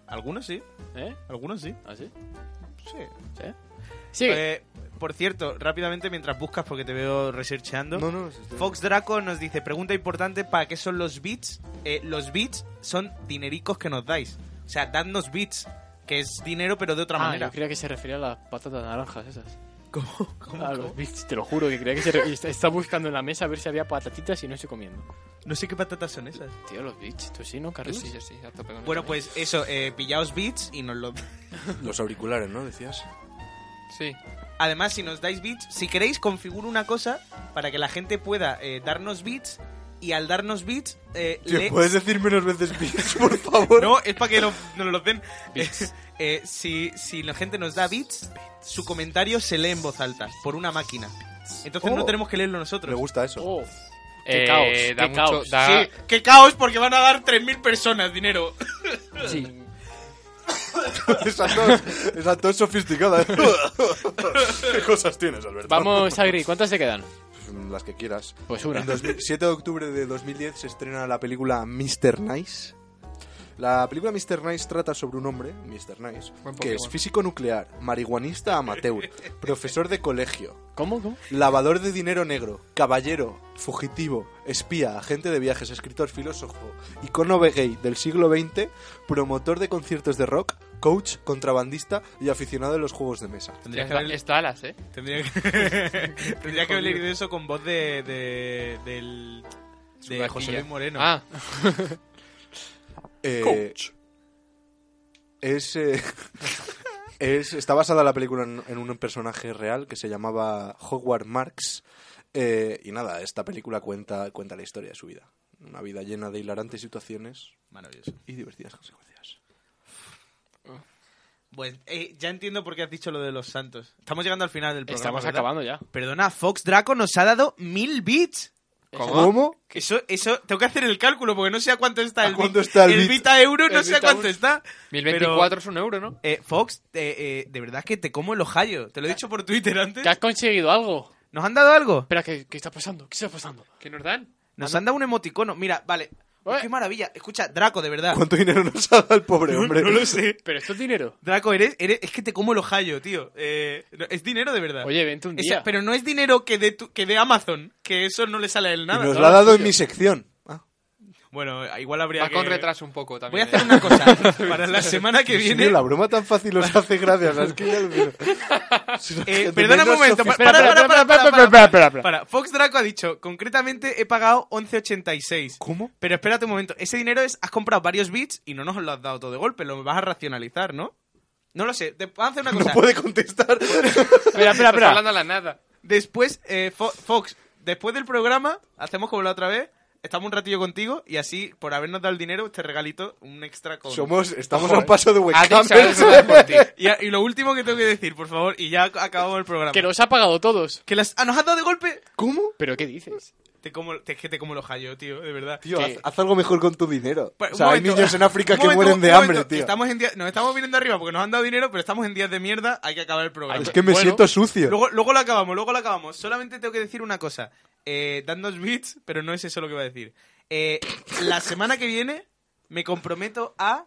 A: Algunos sí,
B: ¿Eh?
A: algunos sí.
B: ¿Ah, sí?
A: Sí.
B: ¿Sí? Sigue.
A: Eh, por cierto, rápidamente mientras buscas porque te veo researchando.
D: No, no. sí, sí.
A: Fox Draco nos dice, pregunta importante, ¿para qué son los bits? Eh, los bits son dinericos que nos dais. O sea, dadnos bits, que es dinero pero de otra
B: ah,
A: manera.
B: yo creía que se refería a las patatas naranjas esas.
A: ¿Cómo? ¿Cómo?
B: A los bits, te lo juro que creía que se re- y está, está buscando en la mesa a ver si había patatitas y no estoy comiendo.
A: No sé qué patatas son esas.
B: Tío, los bits, tú sí, ¿no,
C: Yo
B: Carlos?
C: Pues sí, yo sí, a tope con
A: Bueno,
C: eso.
A: pues eso, eh, pillaos bits y nos los...
D: Los auriculares, ¿no? Decías.
C: Sí.
A: *laughs* Además, si nos dais bits, si queréis, configuro una cosa para que la gente pueda eh, darnos bits y al darnos bits... eh,
D: Tío,
A: le-
D: ¿puedes decir menos veces *laughs* bits, por favor?
A: No, es para que no- nos los den. *laughs* Eh, si, si la gente nos da bits, su comentario se lee en voz alta por una máquina. Entonces
D: Oh.
A: no tenemos que leerlo
D: Me
A: nosotros.
D: gusta eso.
B: Oh, qué
C: Eh,
B: caos,
C: da
B: qué
C: mucho-
B: caos.
C: da-
A: Sí, qué caos porque van a dar 3.000 personas dinero.
B: Sí.
D: *laughs* Esa tos, esa tos sofisticada. ¿eh? *laughs* ¿Qué cosas tienes, Alberto?
B: Vamos, Agri, ¿cuántas se quedan?
D: Mm, Las que quieras.
B: Pues una.
D: El 2000 7 de octubre de 2010 se estrena la película Mr. Nice. La película Mr. Nice trata sobre un hombre, Mr. Nice,
C: Buen
D: que es
C: Pokémon.
D: físico nuclear, marihuanista amateur, profesor de colegio,
B: ¿Cómo? ¿Cómo?
D: Lavador de dinero negro, caballero, fugitivo, espía, agente de viajes, escritor, filósofo, icono be- gay del siglo XX, promotor de conciertos de rock, coach, contrabandista y aficionado de los juegos de mesa.
A: Tendría que
C: Está,
A: haber,
C: está alas, ¿eh?
A: tendría que, *laughs* tendría que haber leído eso con voz de, de- del, de
C: Sudaquilla.
A: José Luis Moreno.
C: Ah,
D: Eh, Es, eh, *laughs* es- está basada la película en, en un personaje real que se llamaba Howard Marks. eh, y nada, esta película cuenta, cuenta la historia de su vida. Una vida llena de hilarantes situaciones
A: Maravilloso.
D: y divertidas consecuencias.
A: Bueno, eh, ya entiendo por qué has dicho lo de los santos. Estamos llegando al final del programa.
B: Estamos
A: ¿verdad?
B: acabando ya.
A: Perdona, Fox Draco nos ha dado 1.000 bits.
C: ¿cómo?
A: Eso, eso, tengo que hacer el cálculo porque no sé a cuánto está
D: ¿A
A: el bit.
D: cuánto está el bit?
A: bit a euro, no
C: El
A: sé
C: bit
A: a
C: a
A: cuánto
C: euro.
A: está.
C: 1024
A: Pero,
C: es un euro, ¿no?
A: eh, Fox, eh, eh, de verdad que te como el ojallo. Te lo he dicho por Twitter antes.
B: ¿Que has conseguido algo?
A: ¿Nos han dado algo?
B: Espera, ¿qué, qué está pasando? ¿Qué está pasando?
C: ¿Qué nos dan?
A: Nos han dado un emoticono. Mira, vale. Oh,
B: Eh.
A: Qué maravilla. Escucha, Draco, de verdad.
D: ¿Cuánto dinero *laughs* nos ha dado el pobre hombre?
A: sé.
B: ¿Pero esto es dinero?
A: Draco, eres, eres- es que te como el ojallo, tío. Eh, no, es dinero de verdad.
B: Oye, vente un
A: Esa-
B: día.
A: pero no es dinero que de, tu- que de Amazon, que eso no le sale a él
D: Y
A: nada.
D: nos
B: todo
D: lo ha
B: lo
D: dado en
B: suyo.
D: mi sección. Ah,
A: Bueno, igual habría
C: Va
A: que...
C: con retraso un poco
A: Voy
C: también.
A: a hacer
C: ¿eh?
A: una cosa. Para la semana que
D: pues Sí,
A: viene...
D: la broma tan fácil
A: *laughs*
D: os hace gracia. ¿sabes? que ya lo veo.
A: Eh, perdona un momento. pa-
B: Espera,
A: Para, para,
B: espera,
A: para,
B: espera,
A: para,
B: espera,
A: para,
B: espera, espera,
A: para. Para, Fox Draco ha dicho, concretamente he pagado 11.86.
D: ¿Cómo?
A: Pero espérate un momento, ese dinero es, has comprado varios bits y no nos lo has dado todo de golpe, lo vas a racionalizar, ¿no? No lo sé, te voy a hacer una
D: *laughs* No
A: cosa.
D: puede
A: *laughs*
D: contestar.
B: Espera, espera,
C: Estás
B: espera.
C: hablando a la nada.
A: Después, eh, Fo- Fox, después del programa, hacemos como la otra vez, estamos un ratillo contigo y así, por habernos dado el dinero, te regalito un extra con...
D: Somos, estamos
A: Ojo, eh.
D: a un paso de
C: A ti,
D: webcam.
C: Isabel, se va Ah, *laughs* por ti.
A: Y, a- y lo último que tengo que decir, por favor, y ya ac- acabamos el programa.
B: Que los ha pagado todos.
A: Que las... ah, nos has dado de golpe.
D: ¿Cómo?
B: ¿Pero qué *laughs* dices?
A: Te como, te, es que te como los hallo, tío, de verdad.
D: Tío,
B: ¿Qué?
D: haz, haz algo mejor con tu dinero.
A: Pa-
D: o
A: un
D: sea, hay
A: Pues, momento,
D: niños en África
A: un
D: que
A: momento,
D: mueren de
A: un
D: hambre,
A: momento.
D: tío.
A: Estamos en día- nos estamos viniendo arriba porque nos han dado dinero, pero estamos en días de mierda, hay que acabar el programa.
D: Es que me
B: Bueno,
D: siento sucio.
A: Luego, luego lo acabamos, luego lo acabamos. Solamente tengo que decir una cosa. Eh, dadnos bits, pero no es eso lo que va a decir. Eh, la semana que viene me comprometo a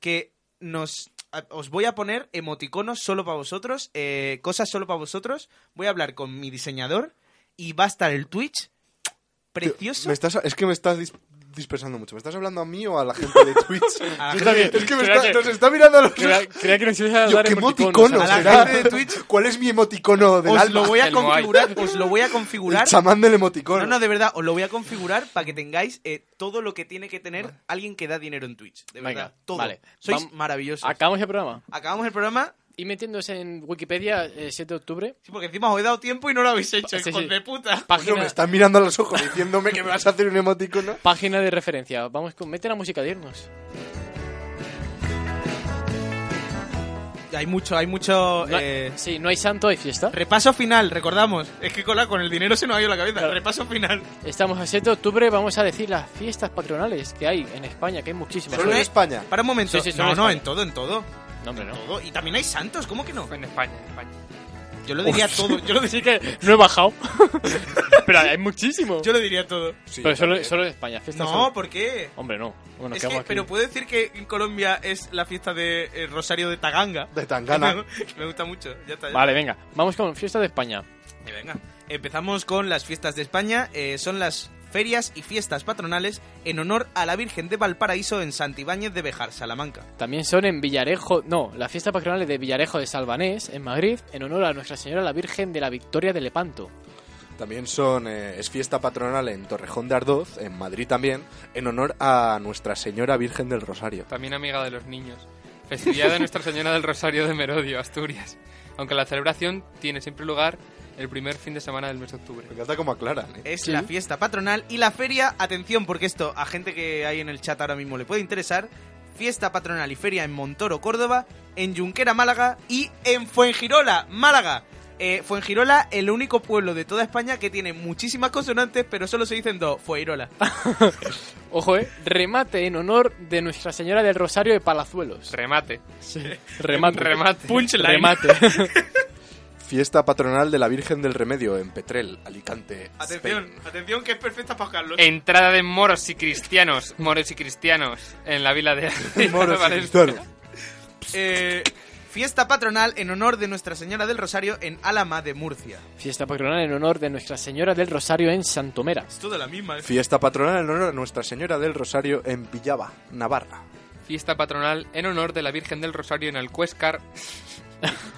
A: que nos a- os voy a poner emoticonos solo para vosotros, eh, cosas solo para vosotros. Voy a hablar con mi diseñador y va a estar el Twitch
D: Tío,
A: precioso.
D: me estás, es que me estás dis- dispersando mucho. ¿Me estás hablando a mí o a la
A: *laughs*
D: gente de Twitch?
A: A la
B: Yo también.
D: es que, me
B: Creía
D: está-
B: que-
D: nos está mirando a los ojos.
B: Creía, creía que nos ibas a
D: Yo,
B: dar
D: ¿qué
B: emoticonos.
D: emoticono
A: a la
B: ¿sabes?
D: será?
A: gente de Twitch.
D: ¿Cuál es mi emoticono del
A: Os
D: alma?
A: lo voy a
C: El Moai.
A: configurar, os lo voy a configurar
D: El chamán del
A: No,
D: emoticono.
A: no, de verdad, os lo voy a configurar para que tengáis eh, todo lo que tiene que tener alguien que da dinero en Twitch. De
B: Venga,
A: verdad, todo.
B: vale.
A: Sois
B: Vam-
A: maravillosos.
B: Acabamos el programa.
A: Acabamos el programa.
B: Y metiéndose en Wikipedia, eh, 7 de octubre.
A: Sí, porque encima os he dado tiempo y no lo habéis hecho,
B: Sí,
A: hijos
B: sí.
A: de puta.
D: Coño,
B: Página,
D: me están mirando a los ojos diciéndome que me vas a hacer un emoticono.
B: página de referencia. Vamos con. Mete la música de irnos.
A: Hay mucho, hay mucho.
B: No hay-
A: eh,
B: Sí, no hay santo, hay fiesta.
A: Repaso final, recordamos. Es que cola, con el dinero se nos ha ido la cabeza. Repaso final.
B: Estamos a 7 de octubre, vamos a decir las fiestas patronales que hay en España, que hay muchísimas.
D: Solo en
A: hay-
D: España.
A: Para un momento.
B: Sí, sí, solo
A: no,
B: en
A: no,
B: España.
A: en todo, en todo.
B: No, hombre, no.
A: Todo. Y también hay santos, ¿cómo que no?
C: En España, en España.
A: Yo lo diría todo, yo lo
B: Sí
A: diría,
B: que no he bajado. *laughs* Pero hay muchísimo.
A: yo lo diría todo.
B: Pero solo, solo en España, fiestas.
A: No,
B: solo-
A: ¿por qué?
B: Hombre, no. Bueno,
A: Es
B: ¿qué hago
A: que-
B: aquí?
A: pero puedo decir que en Colombia es la fiesta de eh, Rosario de Taganga.
B: *laughs*
D: De Tangana.
A: *laughs* Me gusta mucho. Ya está. ya
B: Vale, venga. Vamos con fiesta de España.
A: está. Y venga. Empezamos con las fiestas de España. Eh, son las ferias y fiestas patronales en honor a la Virgen de Valparaíso en Santibáñez de Bejar, Salamanca.
B: También son en Villarejo. No, la fiesta patronal de Villarejo de Salvanés, en Madrid, en honor a Nuestra Señora la Virgen de la Victoria de Lepanto.
D: También son, eh, es fiesta patronal en Torrejón de Ardoz, en Madrid también, en honor a Nuestra Señora Virgen del Rosario.
C: También amiga de los niños. Festividad de Nuestra Señora del Rosario de Merodio, Asturias. Aunque la celebración tiene siempre lugar el primer fin de semana del mes de octubre.
D: Me encanta cómo aclaran, ¿eh?
A: Es
B: Sí.
A: la fiesta patronal y la feria, atención, porque esto a gente que hay en el chat ahora mismo le puede interesar. Fiesta patronal y feria en Montoro, Córdoba, en Junquera, Málaga y en Fuengirola, Málaga. Eh, Fuengirola, el único pueblo de toda España que tiene muchísimas consonantes, pero solo se dicen dos,
B: *laughs*
A: Fuengirola.
B: Ojo, eh. Remate en honor de Nuestra Señora del Rosario de Palazuelos.
C: Remate.
B: Remate.
C: Remate.
A: Punchline.
B: Remate.
D: Fiesta patronal de la Virgen del Remedio, en Petrel, Alicante.
A: Atención,
D: Spain.
A: atención que es perfecta para Carlos.
B: Eh,
C: Entrada de moros y cristianos. Moros y cristianos. En la vila de
B: *laughs*
D: Moros
C: *laughs*
D: y
C: Valencia.
D: cristianos.
A: Eh, fiesta patronal en honor de Nuestra Señora del Rosario en Álama de Murcia.
B: fiesta patronal en honor de Nuestra Señora del Rosario en Santomera.
A: Es toda la misma. ¿eh?
D: Fiesta patronal en honor a Nuestra Señora del Rosario, en Villava, Navarra.
C: Fiesta patronal en honor de la Virgen del Rosario en Alcuéscar. *laughs*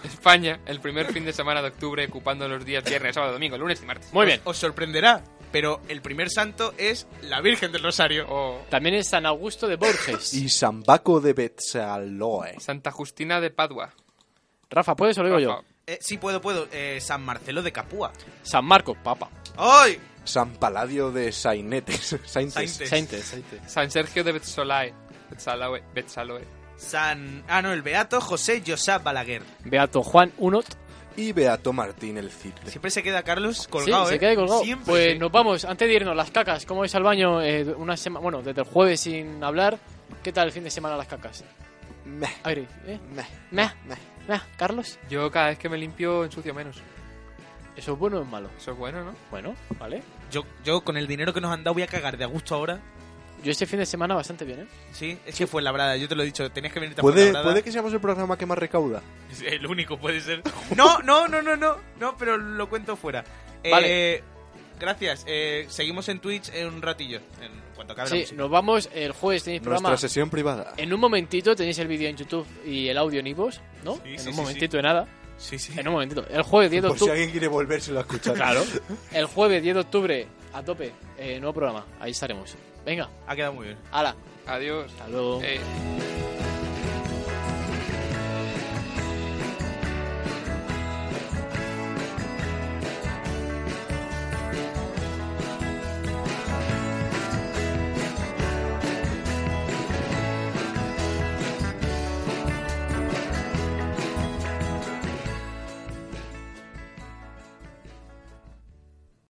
C: España, el primer fin de semana de octubre, ocupando los días viernes, sábado, domingo, lunes y martes.
B: Muy bien.
A: Os sorprenderá, pero el primer santo es la Virgen del Rosario.
C: O
B: También es San Augusto de Borges.
D: Y San Baco de Betzaloe.
C: Santa Justina de Padua.
B: Rafa, ¿puedes o lo digo yo?
C: Rafa,
A: Eh, sí, puedo, puedo. Eh, San Marcelo de Capúa.
B: San Marcos, papa.
A: ¡Ay!
D: San Paladio de *laughs* Sainetes. Saintes.
A: Saintes.
B: Saintes.
C: San Sergio de Betzolae. Betzaloe. Betzaloe.
A: San... Ah, no, el Beato José Josá Balaguer.
B: Beato Juan Unot.
D: Y Beato Martín el Cid.
A: Siempre se queda Carlos colgado,
B: sí, se
A: ¿eh?
B: queda colgado.
A: Siempre.
B: pues
A: sí.
B: nos vamos. Antes de irnos, las cacas. ¿Cómo es al baño? Eh, una semana, bueno, desde el jueves sin hablar. ¿Qué tal el fin de semana las cacas?
D: Meh,
B: Aire, ¿eh?
D: meh,
B: Meh,
D: meh.
B: meh. Carlos,
C: Yo cada vez que me limpio ensucio menos.
B: ¿eso es bueno o es malo?
C: Eso es bueno, ¿no?
B: Bueno, vale.
A: Yo, yo con el dinero que nos han dado voy a cagar de a gusto ahora.
B: Yo este fin de semana bastante bien, ¿eh?
A: Sí, es que fue labrada, yo te lo he dicho, tenías que venir a
D: ¿Puede,
A: Fuenlabrada.
D: puede que seamos el programa que más recauda.
A: Es *laughs* El único puede ser. No, no, no, no, no, no, pero lo cuento fuera. Eh,
B: Vale.
A: Gracias. Eh, seguimos en Twitch en un ratillo. En cuanto acabe la
B: Sí,
A: música.
B: nos vamos el jueves, tenéis programa.
D: Nuestra sesión privada.
B: En un momentito tenéis el vídeo en YouTube y el audio en iVoox, ¿no?
A: Sí,
B: en
A: sí,
B: un
A: sí,
B: momentito de nada.
A: Sí, sí.
B: En un momentito. El jueves 10 de
D: Por si
B: octubre.
D: alguien quiere volvérselo a escuchar.
B: Claro. El jueves 10 de octubre, a tope, eh, nuevo programa. Ahí estaremos. Venga,
A: Ha quedado muy bien.
B: ala.
C: Adiós.
B: Hasta luego.
C: Eh.